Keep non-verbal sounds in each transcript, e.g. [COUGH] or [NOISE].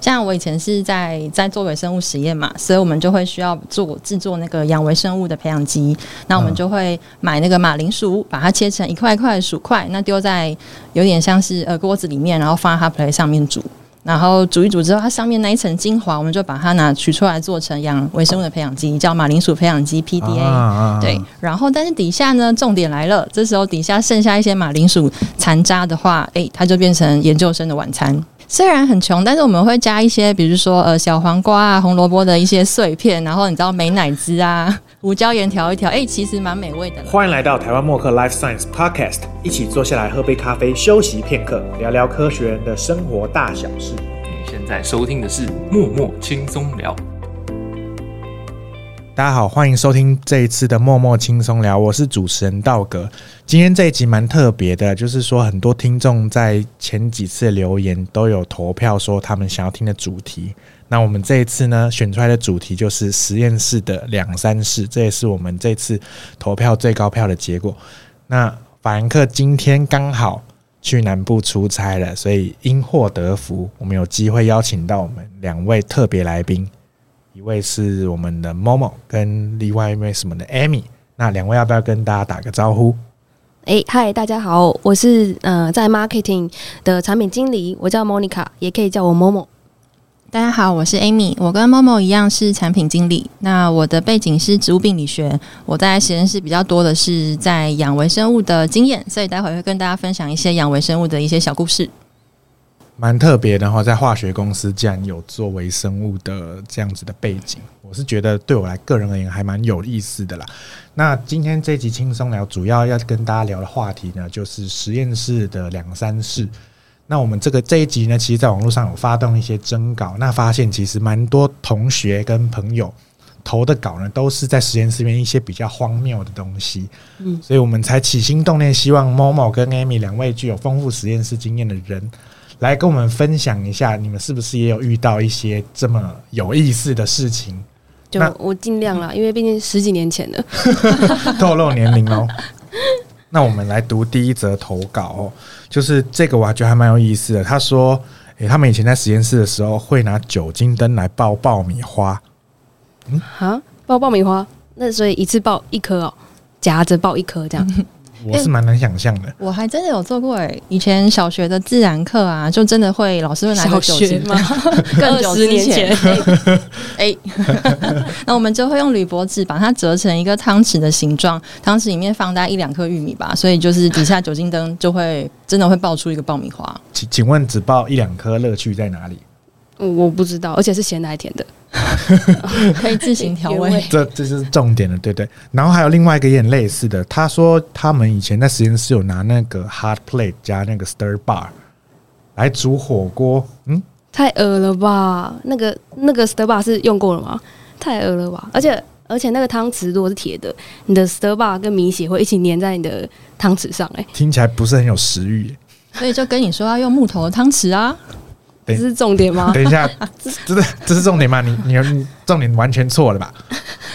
像我以前是在在做微生物实验嘛，所以我们就会需要做制作那个养微生物的培养基。那我们就会买那个马铃薯，把它切成一块一块的薯块，那丢在有点像是呃锅子里面，然后放在 hot plate 上面煮。然后煮一煮之后，它上面那一层精华，我们就把它拿取出来做成养微生物的培养基，叫马铃薯培养基 PDA。啊，E 对，然后但是底下呢，重点来了，这时候底下剩下一些马铃薯残渣的话，诶，它就变成研究生的晚餐。虽然很穷，但是我们会加一些，比如说呃小黄瓜啊、红萝卜的一些碎片，然后你知道美乃滋啊、 [LAUGHS] 胡椒盐调一调，诶，其实蛮美味的啦。欢迎来到台湾默克 Life Science Podcast，一起坐下来喝杯咖啡，休息片刻，聊聊科学人的生活大小事。你现在收听的是《默默轻松聊》，大家好，欢迎收听这一次的默默轻松聊，我是主持人道格。今天这一集蛮特别的，就是说很多听众在前几次留言都有投票说他们想要听的主题。那我们这一次呢，选出来的主题就是实验室的两三事，这也是我们这次投票最高票的结果。那法兰克今天刚好去南部出差了，所以因祸得福，我们有机会邀请到我们两位特别来宾，一位是我们的 Momo，跟另外一位是我们的 Amy。那两位要不要跟大家打个招呼？哎，嗨，大家好，我是呃在 marketing 的产品经理，我叫 Monica，也可以叫我 Momo。大家好，我是 Amy，我跟 Momo 一样是产品经理。那我的背景是植物病理学，我在实验室比较多的是在养微生物的经验，所以待会会跟大家分享一些养微生物的一些小故事。蛮特别的哈，在化学公司竟然有做微生物的这样子的背景，我是觉得对我来个人而言还蛮有意思的啦。那今天这集轻松聊，主要要跟大家聊的话题呢，就是实验室的两三事。那我们这个这一集呢，其实在网络上有发动一些征稿，那发现其实蛮多同学跟朋友投的稿呢，都是在实验室里面一些比较荒谬的东西。嗯，所以我们才起心动念，希望 Momo 跟 Amy 两位具有丰富实验室经验的人，来跟我们分享一下，你们是不是也有遇到一些这么有意思的事情？就那我尽量嗯啦，因为毕竟十几年前了。透露年龄哦。那我们来读第一则投稿哦，就是这个我还觉得还蛮有意思的。他说，诶、他们以前在实验室的时候会拿酒精灯来爆爆米花，哈，爆爆米花，那所以一次爆一颗哦，夹着爆一颗 [LAUGHS] 这样。我是蛮难想象的。我还真的有做过诶、以前小学的自然课啊，就真的会老师会拿个小酒学精 [LAUGHS] 吗？更久之前， 20 [LAUGHS] 哎，那我们就会用铝箔纸把它折成一个汤匙的形状，汤匙里面放大概一两颗玉米吧，所以就是底下酒精灯就会真的会爆出一个爆米花。请请问只爆一两颗乐趣在哪里？ [LAUGHS] 嗯我不知道，而且是咸的还甜的。 [LAUGHS] 可以自行调味原味。这这就是重点了，对不对？然后还有另外一个也很类似的，他说他们以前在实验室有拿那个 hot plate 加那个 stir bar 来煮火锅，嗯，太恶了吧？那个那个 stir bar 是用过了吗？太恶了吧！而且而且那个汤匙如果是铁的，你的 stir bar 跟米血会一起粘在你的汤匙上、哎，听起来不是很有食欲耶。所以就跟你说要用木头的汤匙啊，对这是重点吗？等一下，这这这是重点吗？你你你重点完全错了吧？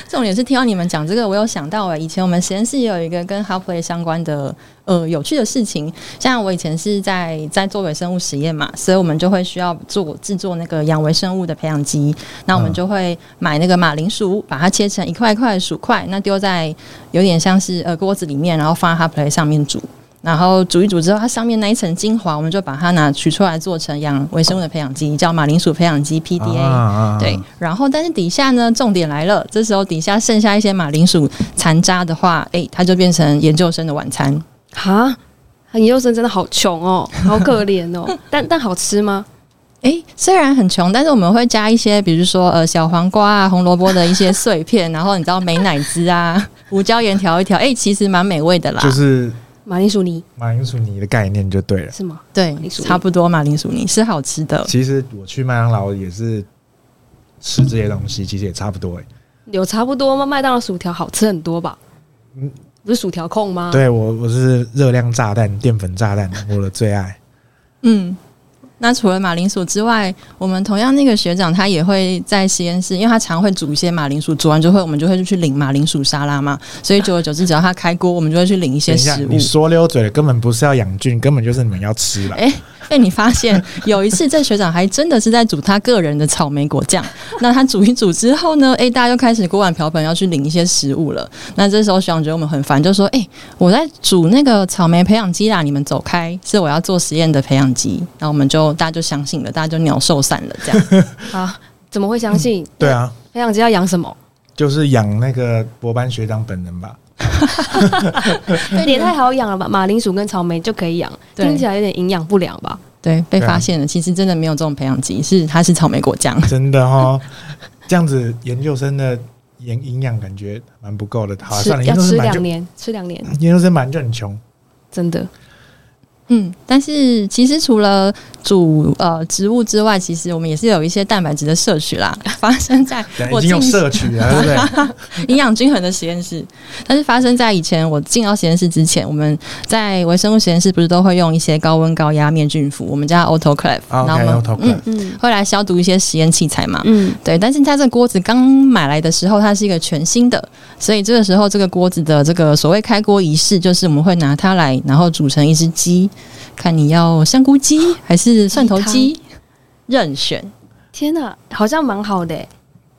重点是听到你们讲这个，我有想到哎、以前我们实验室也有一个跟 hard play 相关的呃有趣的事情。像我以前是在在做微生物实验嘛，所以我们就会需要做制作那个养微生物的培养基。那我们就会买那个马铃薯，把它切成一块一块的薯块，那丢在有点像是呃锅子里面，然后放在 hard play 上面煮。然后煮一煮之后，它上面那一层精华，我们就把它拿取出来做成养微生物的培养基，叫马铃薯培养基 PDA。E 啊对，然后但是底下呢，重点来了，这时候底下剩下一些马铃薯残渣的话，诶，它就变成研究生的晚餐。哈，研究生真的好穷 [LAUGHS] 哦，好可怜哦。但但好吃吗？诶，虽然很穷，但是我们会加一些，比如说呃小黄瓜啊、红萝卜的一些碎片，然后你知道美乃滋啊、胡椒盐调一调，诶，其实蛮美味的啦。就是马铃薯泥马铃薯泥的概念就对了。是吗？对铃，薯泥差不多马铃薯泥是好吃的。其实我去麦当劳也是吃这些东西，其实也差不多耶。有差不多吗？麦当劳薯条好吃很多吧？嗯不是薯条控吗？，对我我是热量炸弹、淀粉炸弹，我的最爱。嗯，那除了马铃薯之外，我们同样那个学长他也会在实验室，因为他常会煮一些马铃薯，煮完就会我们就会去领马铃薯沙拉嘛，所以久而久之，只要他开锅，我们就会去领一等些一下，食物你。说溜嘴了，根本不是要养菌，根本就是你们要吃了。哎、被你发现。有一次，这学长还真的是在煮他个人的草莓果酱。 [LAUGHS] 那他煮一煮之后呢，诶，大家就开始锅碗瓢盆要去领一些食物了。那这时候学长觉得我们很烦，就说：“诶，我在煮那个草莓培养基啦，你们走开，是我要做实验的培养基。”然后我们就大家就相信了，大家就鸟兽散了。这样啊，怎么会相信？对，啊，培养基要养什么？就是养那个博班学长本人吧。嗯对，也太好养了吧？马铃薯跟草莓就可以养，对听起来有点营养不良吧？对，被对啊发现了。其实真的没有这种培养基，是它是草莓果酱。真的 [LAUGHS] 哦，这样子研究生的营营养感觉蛮不够的。好、啊，吃算了，研要究吃生版两就年，吃两年，研究生版就很穷，真的嗯，但是其实除了煮呃植物之外，其实我们也是有一些蛋白质的摄取啦， [LAUGHS] 发生 [LAUGHS] 在等下我已进经有摄取了，对不 [LAUGHS] 啊对？ [LAUGHS] 营养均衡的实验室。但是发生在以前我进到实验室之前，我们在微生物实验室不是都会用一些高温高压灭菌服，我们叫 autoclave，、啊然后我们 OK，autoclave 嗯嗯会来消毒一些实验器材嘛。嗯，对，但是它这个锅子刚买来的时候，它是一个全新的，所以这个时候这个锅子的这个所谓开锅仪式，就是我们会拿它来，然后煮成一只鸡，看你要香菇鸡还是蒜头鸡，任选。天哪，好像蛮好的欸，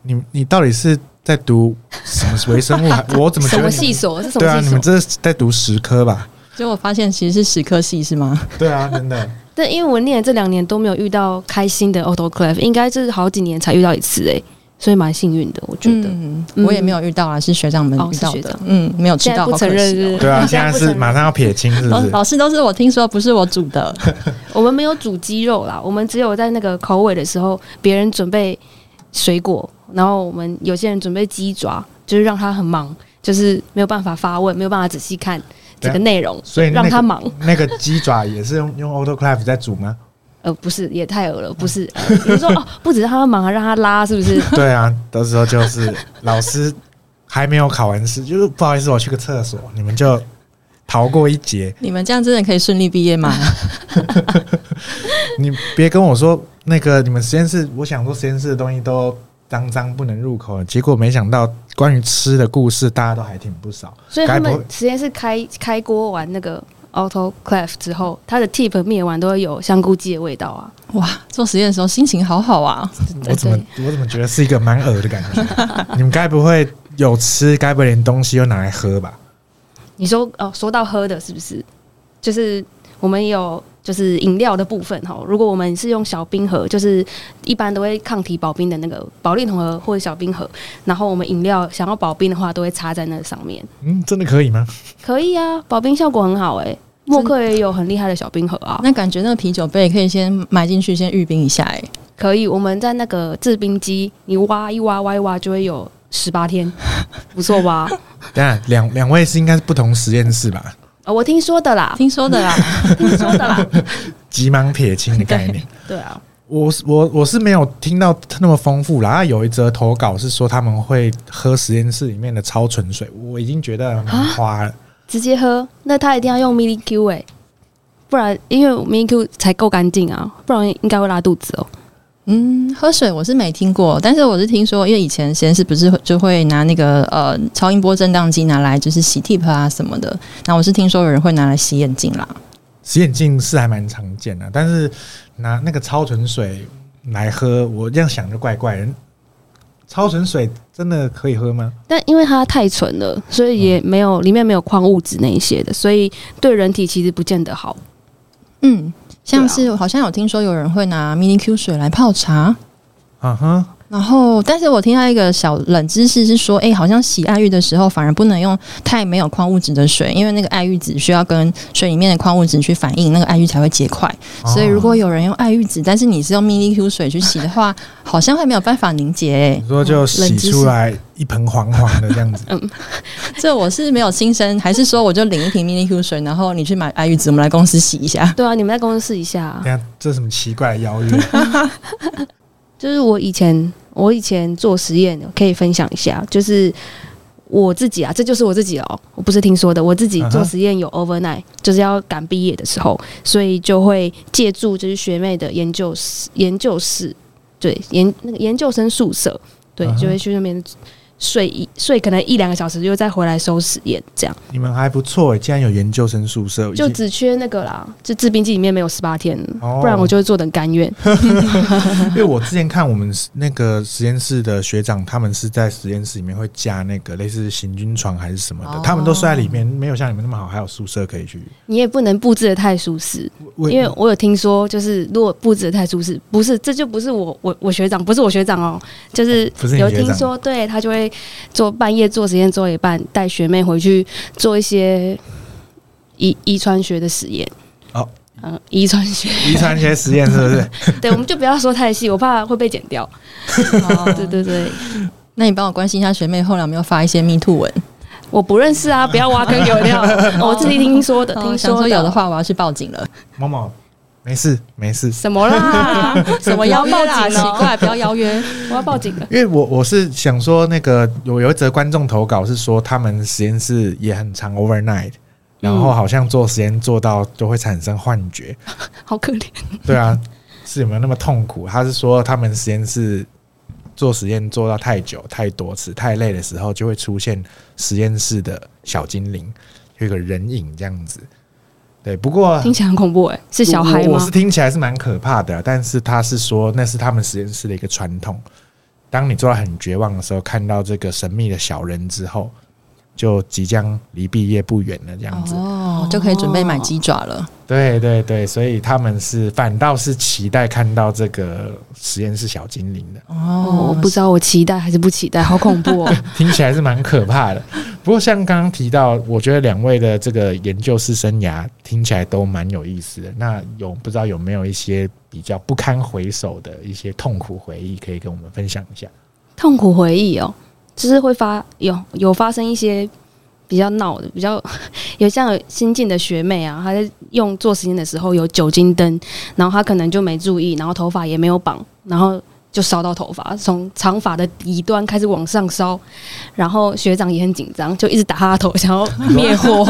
你你到底是在读什么微生物？啊 [LAUGHS] 我怎么觉什得么你系们？所？是什对啊，么你系们所？这是在读十科吧？结果发现其实是十颗系是吗？对啊，真的。对，因为我念了这两年都没有遇到开心的 autoclave，应该是好几年才遇到一次哎，所以蛮幸运的，我觉得。嗯嗯我也没有遇到啊，是学长们哦遇到是学的长，嗯，没有吃现在到，不好承可认惜是哦哦。对啊， [LAUGHS] 现现在在不是承马认上要撇清，是不老是？老师都是我听说，不是我煮的。我们没有煮鸡肉啦，我们只有在那个口尾的时候，别人准备水果，然后我们有些人准备鸡爪，就是让他很忙，就是没有办法发问，没有办法仔细看这个内容，啊所以那让他个忙。那个鸡爪也是用用 autoclave 在煮吗？呃，不是，也太恶了，[LAUGHS] 不是。呃你、说哦，不只是让他忙，还让他拉，是不是？对啊，到时候就是老师还没有考完试，就是不好意思，我去个厕所，你们就逃过一劫。你们这样真的可以顺利毕业吗？你别跟我说那个你们实验室，我想说实验室的东西都脏脏不能入口，结果没想到关于吃的故事大家都还挺不少。所以他该不们会实验室开开锅完那个 autoclave 之后，它的 tip 灭完都会有香菇鸡的味道啊。 [LAUGHS] 哇，做实验的时候心情好好啊！我怎么我怎么觉得是一个蛮恶的感觉？你们该不会有吃，该不会连东西又拿来喝吧？你说哦，说到喝的，是不是？就是我们有就是饮料的部分哈。如果我们是用小冰盒，就是一般都会抗体保冰的那个保利桶盒或者小冰盒，然后我们饮料想要保冰的话，都会插在那上面。嗯，真的可以吗？可以啊，保冰效果很好哎、默克也有很厉害的小冰盒啊，那感觉那个啤酒杯可以先买进去，先预冰一下、欸。可以。我们在那个制冰机，你挖一挖，挖一挖就会有十八 [LAUGHS] 天，不错吧？当然，两两位是应该是不同实验室吧？哦我听说的啦， [LAUGHS] 听说的啦，听说的啦。急忙撇清的概念。对啊，我是我我是没有听到那么丰富啦。啊有一则投稿是说他们会喝实验室里面的超纯水，我已经觉得蛮花了。直接喝，那他一定要用 mini Q 哎、不然因为 mini Q 才够干净啊，不然应该会拉肚子哦。嗯，喝水我是没听过，但是我是听说，因为以前实验室不是会就会拿那个呃超音波震荡机拿来就是洗 tip 啊什么的，那我是听说有人会拿来洗眼睛啦。洗眼镜是还蛮常见的，但是拿那个超纯水来喝，我这样想就怪怪的。超纯水真的可以喝吗？但因为它太纯了，所以也没有里面没有矿物质那一些的，所以对人体其实不见得好。嗯，像对是、好像有听说有人会拿 mini Q 水来泡茶，啊哈，然后但是我听到一个小冷知识是说，哎、好像洗爱玉的时候反而不能用太没有矿物质的水，因为那个爱玉子需要跟水里面的矿物质去反应，那个爱玉才会结块。所以如哦果有人用爱玉子，但是你是用 mini Q 水去洗的话，好像会没有办法凝结、欸哦你。说就洗冷知识出来一盆黄黄的这 [LAUGHS] 样子，这我是没有亲身，还是说我就领一瓶 mini Q 水，然后你去买爱玉子，我们来公司洗一下。对啊，你们在公司试一下、啊等。下这什么奇怪的邀约？就是我以前我以前做实验可以分享一下，就是我自己啊，这就是我自己哦，我不是听说的，我自己嗯做哼实验有 overnight，、就是要赶毕业的时候，所以就会借助就是学妹的研究室研究室，对研那个研究生宿舍，对嗯哼就会去那边睡一睡可能一两个小时，又再回来收实验，这样你们还不错、欸，竟然有研究生宿舍，就哦已经只缺那个啦，就治病记里面没有十八天，哦不然我就会坐等甘愿。因为我之前看我们那个实验室的学长，他们是在实验室里面会加那个类似行军床还是什么的，哦他们都睡在里面，没有像你们那么好，还有宿舍可以去。你也不能布置的太舒适，因为我有听说，就是如果布置的太舒适，不是这就不是我我我学长，不是我学长哦，就是啊不是你有学长听说，对他就会做半夜做实验做一半，带学妹回去做一些遗遗传学的实验。哦，嗯，遗传学，遗传学实验是不是？ [LAUGHS] 对，我们就不要说太细，我怕会被剪掉。哦对对对， [LAUGHS] 那你帮我关心一下学妹后来有没有发一些蜜兔文？我不认识啊，不要挖坑给我跳， [LAUGHS] 哦我自己听说的，哦听想说说有的话，我要去报警了。某某，没事没事，什么啦？什么邀约啦？我要报奇警 [LAUGHS] 哦怪，不要邀约。我要报警了。因为我我是想说，那个有有一则观众投稿是说，他们实验室也很长 overnight，然嗯后好像做实验做到就会产生幻觉，好可怜， [LAUGHS] 对啊，是有没有那么痛苦？他是说他们实验室做实验做到太久、太多次、太累的时候，就会出现实验室的小精灵，有一个人影这样子。对，不过听起来很恐怖哎、是小孩啊我我吗是？听起来是蛮可怕的，但是他是说那是他们实验室的一个传统。当你做到很绝望的时候，看到这个神秘的小人之后，就即将离毕业不远了，这样子。哦，就可以准备买鸡爪了。对对对，所以他们是反倒是期待看到这个实验室小精灵的，哦哦，我不知道我期待还是不期待，好恐怖哦！听起来是蛮可怕 [LAUGHS] 的。不过像刚刚提到，我觉得两位的这个研究师生涯听起来都蛮有意思的。那有不知道有没有一些比较不堪回首的一些痛苦回忆，可以跟我们分享一下？痛苦回忆哦，就是会发有有发生一些比较闹的，比较有像有新进的学妹啊，她在用做实验的时候有酒精灯，然后她可能就没注意，然后头发也没有绑，然后就烧到头发，从长发的底端开始往上烧，然后学长也很紧张，就一直打她的头，想要灭火。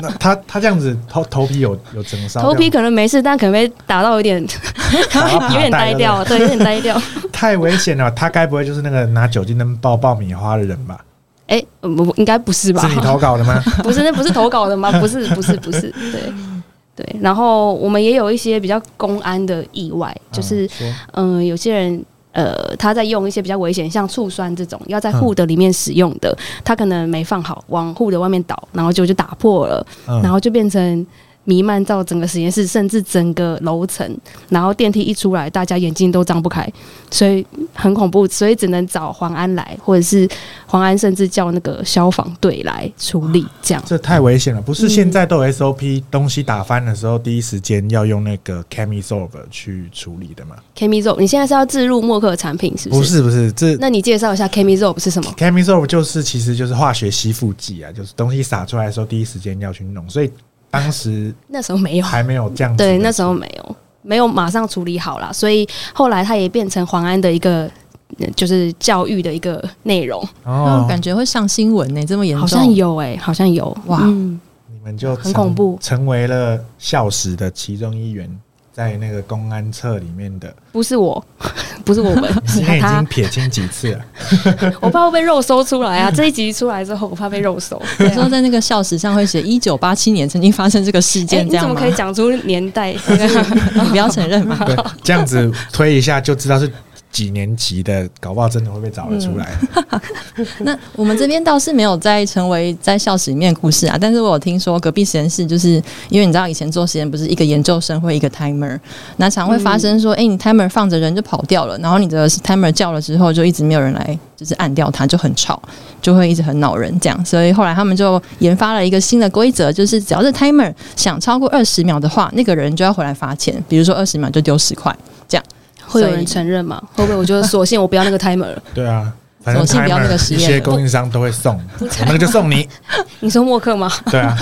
那他他这样子头头皮有有整烧掉头吗，皮可能没事，但可能被打到有点 [LAUGHS] 有点呆掉，对，有点呆掉。太危险了。他该不会就是那个拿酒精灯爆爆米花的人吧？哎、不不，应该不是吧是？你投稿的 [LAUGHS] 吗？ [LAUGHS] 嗯不是，那不是投稿的吗？不是，不是，不是，对对。然后我们也有一些比较公安的意外，就是嗯说嗯、有些人。呃，他在用一些比较危险，像醋酸这种要嗯在护的里面使用的，他可能没放好，往护的外面倒，然后就就打破了，嗯然后就变成弥漫到整个实验室，甚至整个楼层。然后电梯一出来，大家眼睛都张不开，所以很恐怖，所以只能找黄安来，或者是黄安甚至叫那个消防队来处理。这样这太危险了，不嗯是现在都有 SOP，、东西打翻的时候第一时间要用那个 Camisolve 去处理的吗？ ，Kamizo，你现在是要置入默克的产品是不是？不。是不是，这那你介绍一下 Kamizo 是什么？ Camisolve 就是其实就是化学吸附剂啊，就是东西洒出来的时候第一时间要去弄，所以当时那时候没有，还没有这样子的。哦对，那时候没有，没有马上处理好啦，所以后来它也变成黄安的一个。呃就是教育的一个内容，哦哦，，感觉会上新闻欸呢，这么严重？好像有哎、好像有哇嗯你们就很成恐怖成为了校史的其中一员。在那个公安册里面的，不是我，不是我 [LAUGHS] 们， [LAUGHS] 是今啊天已他经。撇清几次了。我怕会被肉搜出 [LAUGHS] 来啊！这一集出来之后，我怕被肉搜。有对 [LAUGHS] 时候啊在那个校史上会写一九八七年曾经发生这个事哎件，你这怎样么吗 [LAUGHS] 可以？讲出年 [LAUGHS] 代？你不要承认嘛。对，这样子推一下就知道是几年级的，搞不好真的会被找得出嗯来。那我们这边倒是没有再成为在校史里面的故事啊，但是我有听说隔壁实验室，就是因为你知道以前做实验不是一个研究生会一个 timer，那常会发生说，哎、你 timer 放着人就跑掉了，然哎后你的 timer 叫了之后就一直没有人来，就是按掉它，就很吵，就会一直很恼人这样，所以后来他们就研发了一个新的规则，就是只要是 timer 想超过二十秒的话，那个人就要回来罚钱，比如说二十秒就丢十块。会有人承认吗？ [LAUGHS] 会不会我就索性我不要那个 timer [LAUGHS] 了？对啊，反正索性不要那个 timer 实一验了些供应商都 [LAUGHS] 会送，我们那个就送你。你说默克吗？对啊，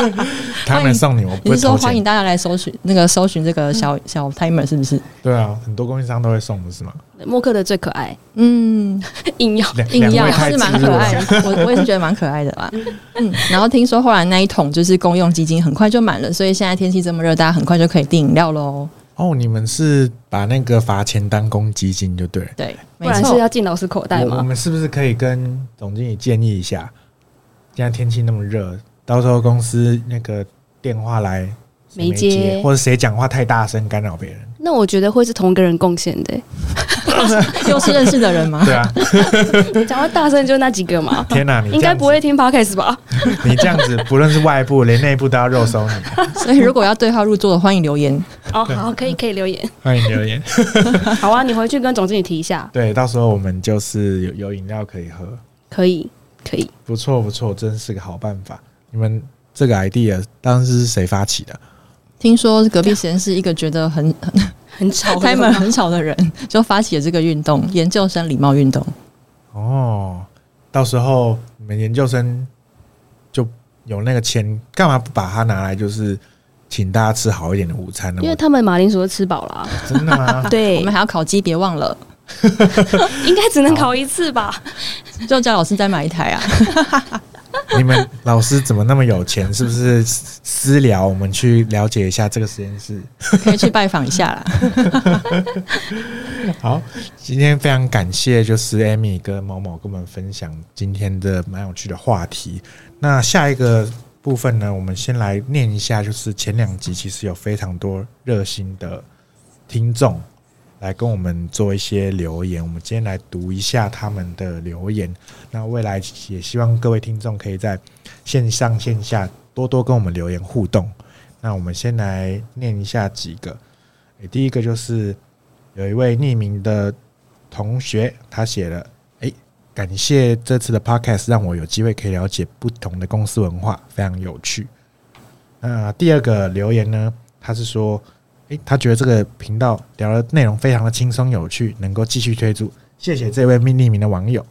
[LAUGHS] 他们送你，我不你会是说投欢迎钱。大家来搜寻那个搜寻这个小小 timer 是不是？对啊，很多供应商都会送，不是吗？默克的最可爱，嗯，硬要两硬两要啊位太是自蛮入可了爱，的，我我也是觉得蛮可爱的啦。嗯，然后听说后来那一桶就是公用基金很快就满了，所以现在天气这么热，大家很快就可以订饮料喽。哦，你们是把那个罚钱当公积金就对了。对，不没然错是，要进老师口袋我我吗？们是不是可以跟总经理建议一下？现在天气那么热，到时候公司那个电话来谁没接或者谁讲话太大声干扰别人，那我觉得会是同一个人贡献的、又是认识的人吗？ [LAUGHS] 对 [LAUGHS] 啊，，讲话大声就那几个 [LAUGHS] 嘛天哪、你应这该样子不会听 podcast 吧？你这样子，不论是外部连内部都要肉搜你。所以如果要对号入座的，欢迎留言。哦，好，可以可以留言，欢迎留言。好啊，你回去跟总经理提一下， [LAUGHS] 对，到时候我们就是有有饮料可以喝，可以可以，不错不错，真是个好办法。你们这个 idea 当时是谁发起的？听说隔壁实验室一个觉得很很 [LAUGHS] 吵，开门很吵的人，就发起了这个运动——研究生礼貌运动。哦，到时候你们研究生就有那个钱，干嘛不把它拿来就是请大家吃好一点的午餐呢？因为他们马铃薯都吃饱了啊、我真的 [LAUGHS] 吗？我对们，还要烤鸡，别忘了，应该只能考一次吧？就叫老师再买一台啊！你们老师怎么那么有钱？是不是私私聊？我们去了解一下这个实验室。可以去拜访一下啦。 [LAUGHS] [LAUGHS] 好，今天非常感谢，就是 Amy 跟某某跟我们分享今天的蛮有趣的话题。那下一个部分呢，我们先来念一下，就是前两集其实有非常多热心的听众来跟我们做一些留言，我们今天来读一下他们的留言。那未来也希望各位听众可以在线上线下多多跟我们留言互动。那我们先来念一下几个，诶第一个就是。有一位匿名的同学，他写了：“诶，感谢这次的 podcast，让我有机会可以了解不同的公司文化，非常有趣。”那第二个留言呢，他是说：“诶，他觉得这个频道聊的内容非常的轻松有趣，能够继续推出，谢谢这位匿名的网友。”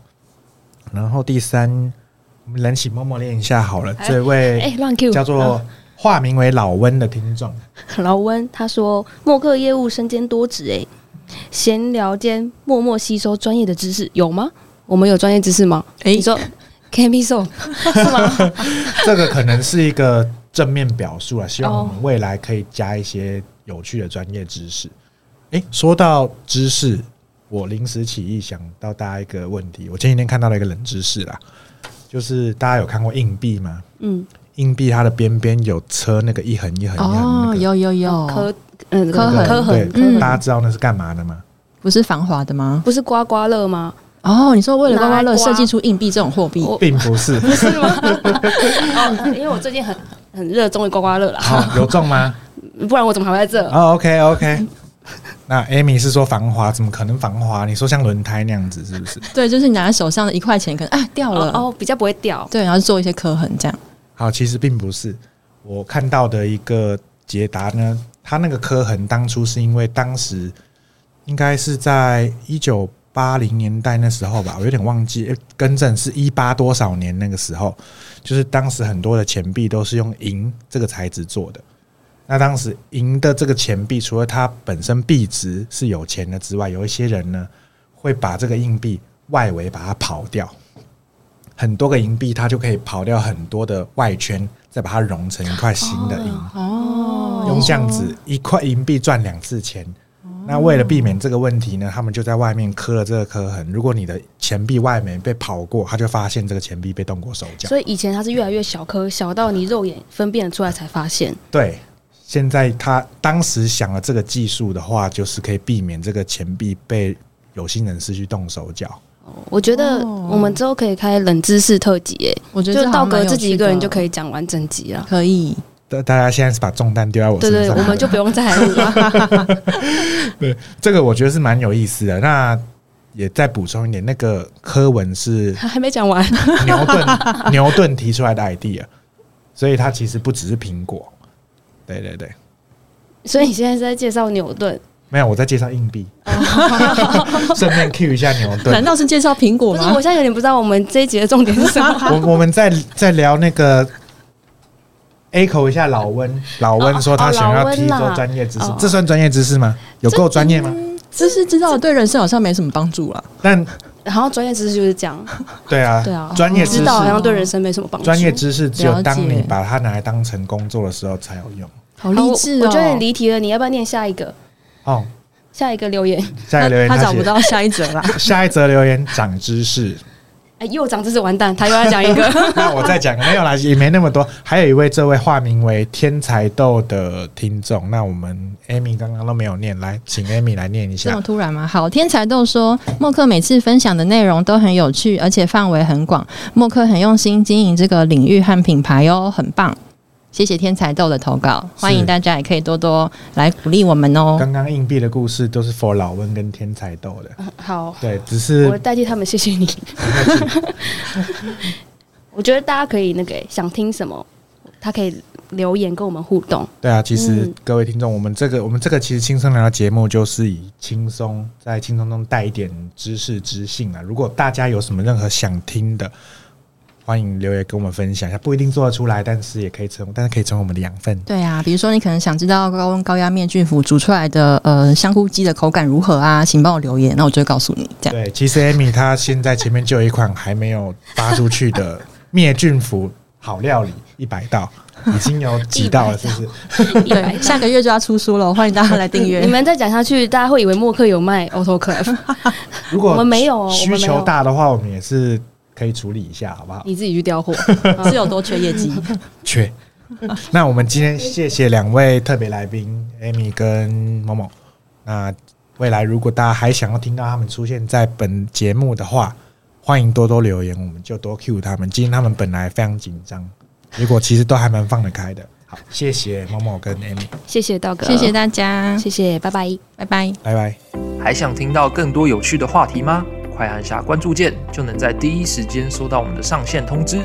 然后第三，我们冷起默默练一下好了，哎这位哎、乱 Q 叫做化名为老温的听众，老温他说，默克业务身兼多职、欸，闲聊间默默吸收专业的知识，有吗？我们有专业知识吗？哎你 [LAUGHS] 说 Can be so 是吗？这个可能是一个正面表述啊，希望哦我们未来可以加一些有趣的专业知识。诶，说到知识，我临时起意想到大家一个问题，我前几天看到了一个冷知识啦，就是大家有看过硬币吗？嗯，硬币它的边边有车那个一横哎一横一横、那哦，个，有有有，科嗯科对痕科痕科对，嗯痕，大家知道那是干嘛的吗？不是防滑的吗？不是刮刮乐吗？哦，你说为了刮刮拿乐来刮设计出硬币这种货币，我并不是。 [LAUGHS] 不是吗？ [LAUGHS] 哦，因为我最近很很热衷于刮刮乐啦，好、有中吗？不然我怎么还会在这？哦，OK OK。那 [LAUGHS] Amy 是说防滑，怎么可能防滑？你说像轮胎那样子是不是？对，就是你拿在手上的一块钱，可能哎掉哦了，哦，比较不会掉。对，然后做一些刻痕这样。好，其实并不是。我看到的一个解答呢，它那个刻痕当初是因为当时应该是在一九八零年代那时候吧，我有点忘记，诶呃更正是一八多少年那个时候，就是当时很多的钱币都是用银这个材质做的。那当时银的这个钱币，除了它本身币值是有钱的之外，有一些人呢会把这个硬币外围把它刨掉，很多个银币它就可以刨掉很多的外圈，再把它融成一块新的银。哦用这样子一块银币赚两次钱。那为了避免这个问题呢，他们就在外面刻了这个刻痕。如果你的钱币外面被跑过，他就发现这个钱币被动过手脚。所以以前它是越来越小颗，小到你肉眼分辨得出来才发现。对，现在他当时想了这个技术的话，就是可以避免这个钱币被有心人士去动手脚。我觉得哦我们之后可以开冷知识特辑，耶，我觉得就道格自己一个人就以，可以讲完整集了。可以。大大家现在是把重担丢在我对身上对，了，我们就不用再来录 [LAUGHS] 了。这个我觉得是蛮有意思的。那也再补充一点，那个科文是 [LAUGHS] 还没讲完，牛顿牛顿提出来的 idea，所以它其实不只是苹果。对对对，所以你现在是在介绍牛顿，没有我在介绍硬币， [LAUGHS] 顺便 cue 一下牛难顿。道是介绍苹果不是？吗我？现在有点不知道我们这一集的重点是什 [LAUGHS] 么。我我们在在聊那个 echo 一下老温，老温说他想要提哦老温做啦专业知识哦，这算专业知识吗？有够专业吗？只是知道了对人生好像没什么帮助啦。但然后专业知识就是这样，对啊对啊，，专业知 [LAUGHS] 知识道好像对人生没什么帮助。专业知识只有当了你解把它拿来当成工作的时候才有用。好好励志哦！我我觉得你离题了，你要不要念下一个？哦，下一个留言，下一个留言他找写不，到下一 [LAUGHS] 则啦。下一则留言长知识。哎，又长知识完蛋，他又要讲一个那我再讲，没有啦，也没那么多。还有一位这位化名为天才豆的听众，那我们 Amy 刚刚都没有念，来，请 Amy 来念一这下么。突然吗？好，天才豆说，默克每次分享的内容都很有趣，而且范围很广。默克很用心经营这个领域和品牌哦，很棒。谢谢天才豆的投稿，是欢迎大家也可以多多来鼓励我们哦。刚刚硬币的故事都是 for 老温跟天才豆的， [LAUGHS] 好，对，只是我代替他们谢谢你。 [LAUGHS] 我觉得大家可以那个想听什么，他可以留言跟我们互动。对啊，其实嗯各位听众，我们这个我们这个其实轻松聊聊节目，就是以轻松在轻松中带一点知识知性啊。如果大家有什么任何想听的，欢迎留言跟我们分享一下，不一定做得出来，但是也可以成，但是可以成为我们的养分。对啊，比如说你可能想知道高温高压面具服煮出来的呃香菇鸡的口感如何啊，请帮我留言，那我就会告诉你。这样对，其实 Amy 她现在前面就有一款还没有发出去的灭菌服好料理一百道，已经有几道了，是不 [LAUGHS] 是？对，下个月就要出书了，欢迎大家来订阅。你们再讲下去，大家会以为默克有卖 autoclave，如果我们没有哦我需们没求有大的话，我们也是可以处理一下，好不好？你自己去调货。是有多缺业绩？缺。 [LAUGHS] 那我们今天谢谢两位特别来宾 Amy 跟某某。那未来如果大家还想要听到他们出现在本节目的话，欢迎多多留言，我们就多 cue 他们。今天他们本来非常紧张，结果其实都还蛮放得开的。好，谢谢某某跟 Amy，谢谢道 [LAUGHS] 哥，谢谢大家，谢谢，拜拜。拜拜。拜拜。还想听到更多有趣的话题吗？快按下关注键，就能在第一时间收到我们的上线通知。